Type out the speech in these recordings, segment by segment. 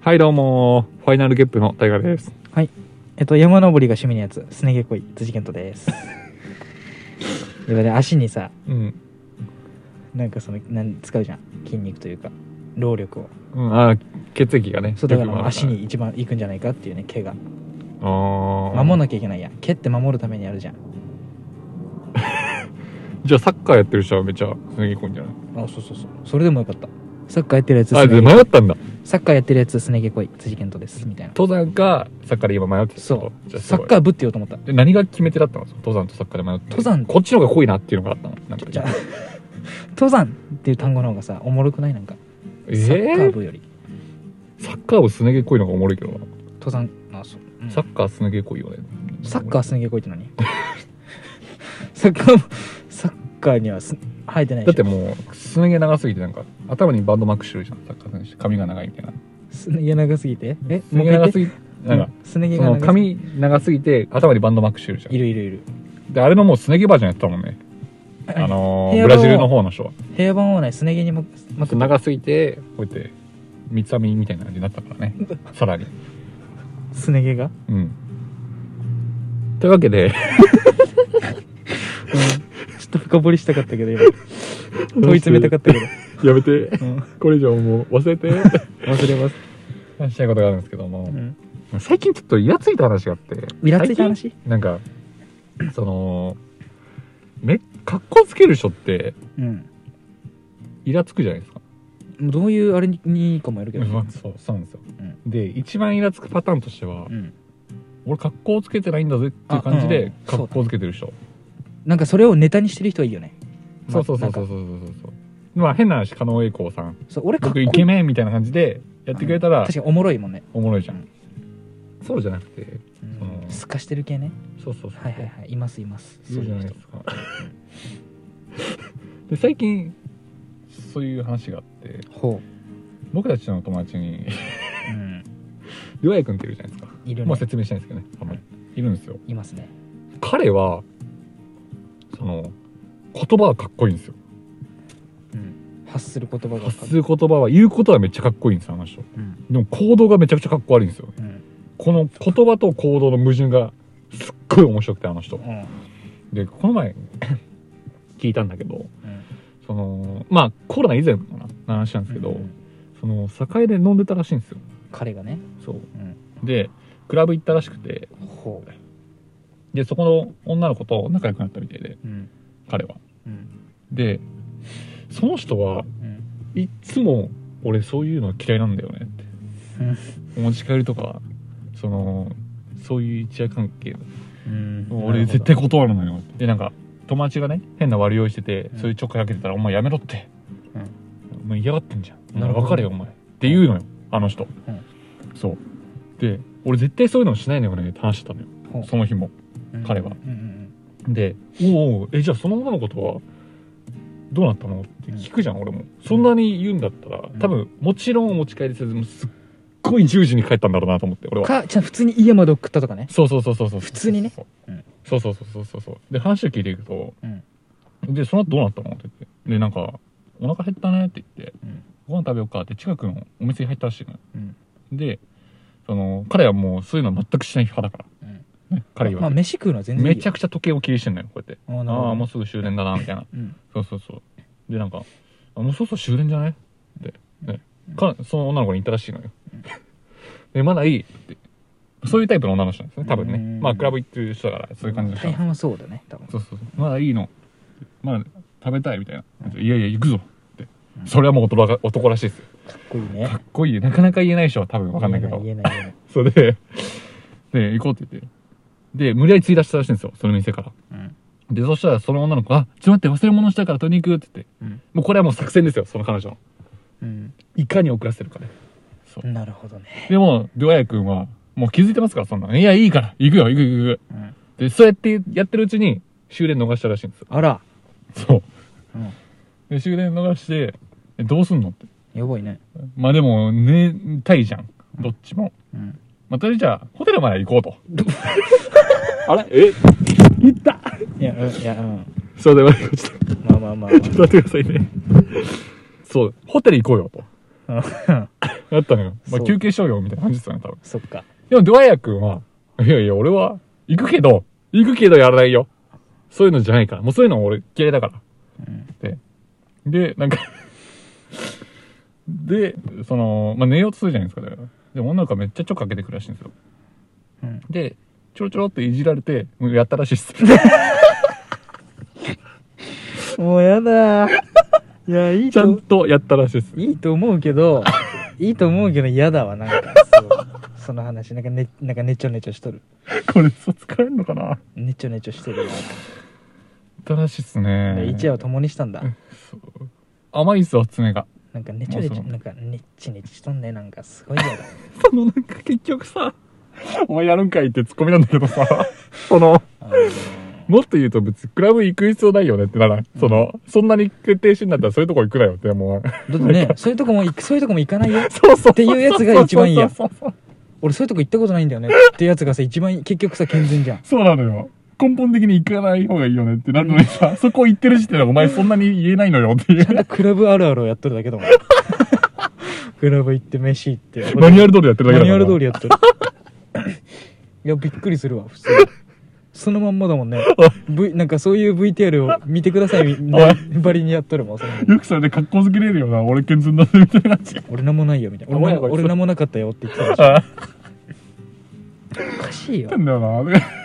はい、どうも。ファイナルゲップのタイガーです。はい。えっと、山登りが趣味のやつ、すね毛こい、辻健人 です。でもね、足にさ、うん。なんかその、なん使うじゃん。筋肉というか、労力を。うん、あー血液がね。そうだかよく回らる足。に一番行くんじゃないかっていうね、毛が。あー守んなきゃいけないやん。毛って守るためにあるじゃん。じゃあサッカーやってる人はめっちゃすねぎこんじゃないあ、そうそうそう。それでもよかった。サッカーやってるやつ、あ、すでね毛迷ったんだ。サッカーやってるやつ、すね毛こい、辻健人です。みたいな。登山か、サッカーで今迷ってた。そう。サッカーー部って言おうと思った。で何が決め手だったの登山とサッカーで迷って。登山こっちの方が濃いなっていうのがあったの。なんかじゃあ、登山っていう単語の方がさ、おもろくないなんか。えサッカーー、部より。サッカーをすね毛濃いのがおもろいけどな。登山、あ、そう。うんサッカーすね毛濃いよね。サッカーすね毛こいって何 サッカーもサッカーにはす生えてないだでっしてょもう、すね毛長すぎてなんか、頭にバンドマークしてるじゃん、サッカー選手。髪が長いみたいな。すね毛長すぎてえすね毛長すぎぎて、なんか、すね毛そが長のすぎて髪長すぎて頭にバンドマークしてるじゃいるいるいるんであれのもうすね毛バージョンやってたもんねはいあの部ー屋ブのラジルの方の人は平凡はないすね毛にもまた長すぎてこうやって三つ編みみたいな感じになったから ねさらにすね毛 がうんというわけ でちょっと深掘りしたかったけど今問い詰めたかったけど、 やめてうん、これ以上もう忘れて 忘れます、話したいことがあるんですけどもう、ん、最近ちょっとイラついた話があってイラついた最話近なんかそのめかっこつける人ってうんイラつくじゃないですかどういうあれにかもやるけどね、うん そうそうなんですよ、で一番イラつくパターンとしては、うん、俺格好つけてないんだぜっていう感じあうんうでん格好つけてる人なんかそれをネタにしてる人はいいよねそうそうそうまそうなんそうそうかそうそうまあ変な話狩野英孝さんそう俺かっこ僕いいイケメンみたいな感じでやってくれたら確かにおもろいもんね、おもろいじゃうんそうじゃなくてうんうんすかしてる系ねそうそうそうはいはいはいいますいますそうじゃない人ですか で最近そういう話があってほ僕たちの友達に う、うん、りょうやくんっているじゃないですかいるまあね説明しないですけどねあんまりいるんですよいますね彼はその言葉はかっこいいんですようん発する言葉が発する言葉は言うことはめっちゃかっこいいんですよあの人うんでも行動がめちゃくちゃかっこ悪いんですよねうんこの言葉と行動の矛盾がすっごい面白くてあの人うんでこの前聞いたんだけどうんそのまあコロナ以前かなの話なんですけど、うんその境で飲んでたらしいんですよ彼がねそううんでクラブ行ったらしくてほでそこの女の子と仲良くなったみたいでううん彼はうんでその人はうんいっつも俺そういうの嫌いなんだよねってお持ち帰りとかそのそういう一夜関係うん俺絶対断るのよでなんか友達がね変な悪用意してて、うんそういうちょっかいかけてたら「お前やめろ」って、お前嫌がってんじゃんおな前るほど分かれよお前って言うのよあの人、うんそうで俺絶対そういうのしないのよねって話してたのよほうその日もうん彼はうんうんで「おうおうえじゃあその女の子とはどうなったの?」って聞くじゃん、俺もそんなに言うんだったら、ん多分もちろんお持ち帰りせずもうすっごい10時に帰ったんだろうなと思って俺うんはかじゃあ普通に家まで送ったとかねそうそうそうそうそう普通にねうんそうそうそうそうそうそうで話を聞いていくと、うんでその後どうなったのって言ってでなんか「お腹減ったね」って言って、うんご飯食べようか」って近くのお店に入ったらしいのよ、うんでその彼はもうそういうの全くしない派だから、うんね彼まあは、飯食うのは全然いいめよちゃくちゃ時計を気にしてんのよこうやってあ「ーなるほどああもうすぐ終電だな」みたいなうんそうそうそうでなんか「あもうそろそろ終電じゃない?」って、ねかその女の子に言ったらしいのよでまだいいってそういうタイプの女の人なんですね多分ねうんまあクラブ行ってる人だからそういう感じの人大半はそうだね多分そうそうそうまだいいのまだ食べたいみたいないやいや行くぞってうんそれはもう男ら男らしいですよかっこいいねかっこいいなかなか言えないでしょ多分分かんないけど言えない言えないそれでで行こうって言ってで無理やり追い出したらしいんですよその店から言えないでそしたらその女の子が「あちょっと待って忘れ物したから取りに行く」って言ってうんもうこれはもう作戦ですよその彼女のうんいかに遅らせるかねうんなるほどねでもりょうやくんはもう気づいてますからそんなのいやいいから行くよ行く行く行うんくでそうやってやってるうちに終電逃したらしいんですよあらそううんで終電逃してえどうすんのってやばいねまあでも寝たいじゃんどっちもうんまあとりあえずじゃあホテルまで行こうと あれえ行ったいやうんいやうんそうだよちょっとちょっまあまあまあと待ってくださいねそうホテル行こうよとうんだったのよ。まあ、そう休憩しようよ、みたいな感じですよね、多分。そっか。でも、ドワイヤ君は、いやいや、俺は、行くけど、行くけどやらないよ。そういうのじゃないから。もうそういうの俺嫌いだから。で、で、なんか、で、その、まあ、寝ようとするじゃないですか、だから。でも、女の子はめっちゃちょっかけてくるらしいんですよ。うん。で、ちょろちょろっていじられて、もうやったらしいっす。 もうやだー。いや、いいちゃんと、とやったらしいっす。いいと思うけど、いいと思うけど嫌だわ、なんか。そうその話、なんかね、なんかねちょねちょしとる。これ、そう使えるのかなやっねちょねちょしてるわ。たらしいっすね。一夜を共にしたんだ。そう甘いっすわ、爪が。なんかねちょねちあそょ、うなんかねっちねちしとんね、なんかすごい嫌だ。そのなんか結局さ、お前やるんかいってツッコミなんだけどさ、 その、あのーもっと言うと別にクラブ行く必要ないよねってなら、その、そんなに決定しになったらそういうとこ行くなよってもう。だってね、そういうとこも行く、そういうとこも行かないよ。そうそう。っていうやつが一番いいやそうそうそう俺そういうとこ行ったことないんだよね。ってやつがさ、一番いい結局さ、健全じゃん。そうなのよ。根本的に行かない方がいいよねってなるのにさ、そこ行ってる時点でお前そんなに言えないのよっていちゃんう。とクラブあるあるをやっとるだけだも ん。クラブ行って飯行って。マニュアル通りやってるだけだマから。ニュアル通りやっとる。 いや、びっくりするわ、普通に。そのまんまだも んね。v、なんかそういう VTR を見てください、なバリにやっとるもん、そのまんまよくそれで格好づけれるよな、俺健全だぜみたいな。俺なんもないよ、みたいな。俺おな前らこいつ俺なんもなかったよって言って たでしょああ、やおかしいよって。んだよな。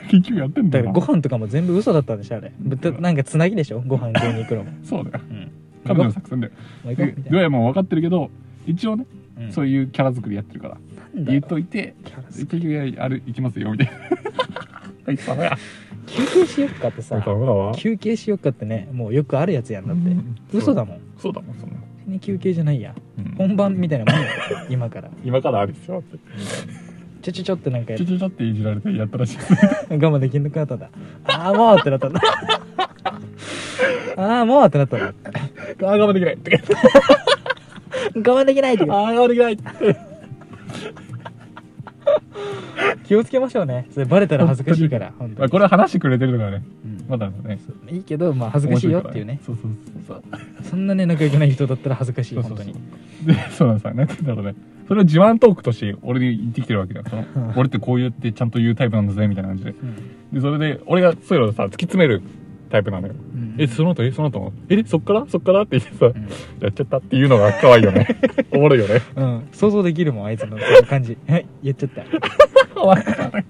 結局やってんだだかよらごな。飯とかも全部嘘だったんでしょ、あれ。ぶたなんかつなぎでしょご飯食いに 行くのも。そうだよ。うん。彼女の作戦だよ。もう行こでうみたいどうなやもう分かってるけど一応ね、うんそういうキャラ作りやってるからなんだ言よっといてキャラ結局ある行きますよみたいなはいさや休憩しよっかってさ。だわ休憩しよっかってねもうよくあるやつやんだって、うん嘘だもんそうだもんそんな、ね休憩じゃないやうん本番みたいなもんや今から今からあるですよってちょちょちょってなんかやちょちょちょっていじられてやったらしい 我慢できんのかあったんだああもうってなったんだああもうってなったんだああ我慢できない我慢できないってああ我慢できない気をつけましょうねそれバレたら恥ずかしいから本当まあに、これは話してくれてるからねうんまだねいいけどまあ恥ずかしいよっていうね面白からそうそうそんなね仲良くない人だったら恥ずかしいそうそう本当にでそうなんさなんて言うんだろうねそれを自慢トークとして俺に言ってきてるわけだよそ の俺ってこう言ってちゃんと言うタイプなんだぜみたいな感じでうんでそれで俺がそういうのさ突き詰めるタイプなのよ、うんえその後えその後もえそっからそっからって言ってさ、んやっちゃったっていうのが可愛い よねおもろいよねうん想像できるもんあいつのその 感じはい言っちゃった可愛い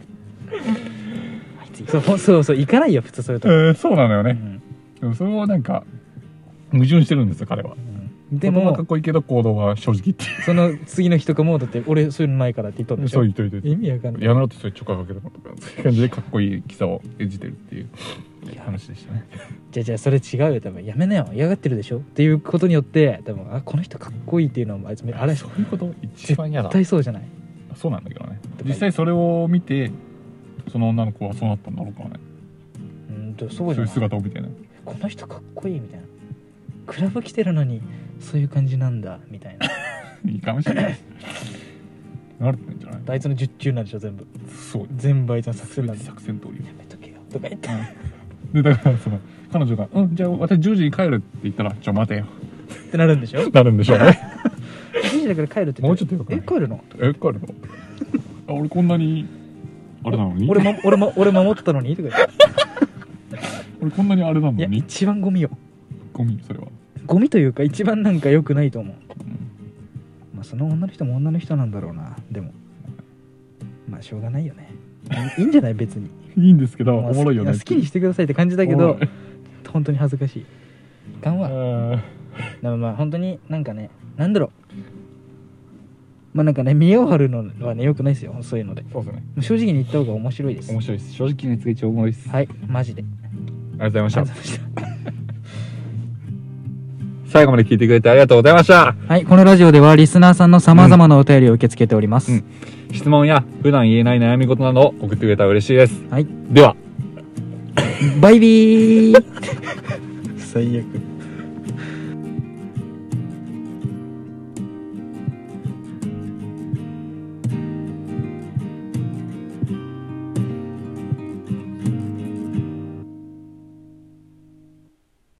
そうほんそうそう行かないよ普通そういうとえこ、ーそうなのようね、んでもそれをなんか矛盾してるんですよ彼はうんで言葉はかっもこいいけど行動は正直っていその次の日とかもだって俺そういうのないからって言っとったうでしそうょ言っといて意味わかんないやめろってそういうちょかかけたことかそういう感じでかっこいいキサを演じてるっていう話でしたねじゃあじゃあそれ違うよ多分やめなよ嫌がってるでしょっていうことによって多分あこの人かっこいいっていうのもあいつめあれそういうこと一番嫌だ絶対そうじゃないそうなんだけどねとか実際それを見てその女の子はそうなったんだろうからねうんとそそううじいゃうない姿を見てねこの人かっこいいみたいなクラブ来てるのにそういう感じなんだみた いないいかもしれない。なるってんじゃないあいつの術中なんでしょ全部そう。全部あいつの作す戦べなてんだや作戦通りよ。めとけよとか言ってで、だからその、彼女が、うん、じゃあ私10時に帰るって言ったら、ちょ、待てよ。ってなるんでしょなるんでしょうね。 2時だから帰るって言もうちょっとよくなえい帰るのえ、帰るのあ、俺こんなに、あれなのに俺俺も俺も俺守ってたのにとか言ってこんなにあれないのやに一番ゴミよゴミ、それは。ゴミというか一番なんか良くないと思う、んまあその女の人も女の人なんだろうなでもまあしょうがないよねいいいんじゃない別にいいんですけど、ま あおもろいよね。好きにしてくださいって感じだけおもどろい本当に恥ずかしいいかんあわーでもまあ本当になんかねなんだろうまあなんかね見栄を張るのはね良くないですよそういうのでもそうですね。う正直に言った方が面白いです面白いです。正直につけちゃおもろいです。あはいマジでりがとうございまありがしとうございましたた。最後まで聞いてくれてありがとうございました。はい、このラジオではリスナーさんの様々なお便りを受け付けております。うん質問や普段言えない悩み事などを送ってくれたら嬉しいです。はい、では。バイビー最悪。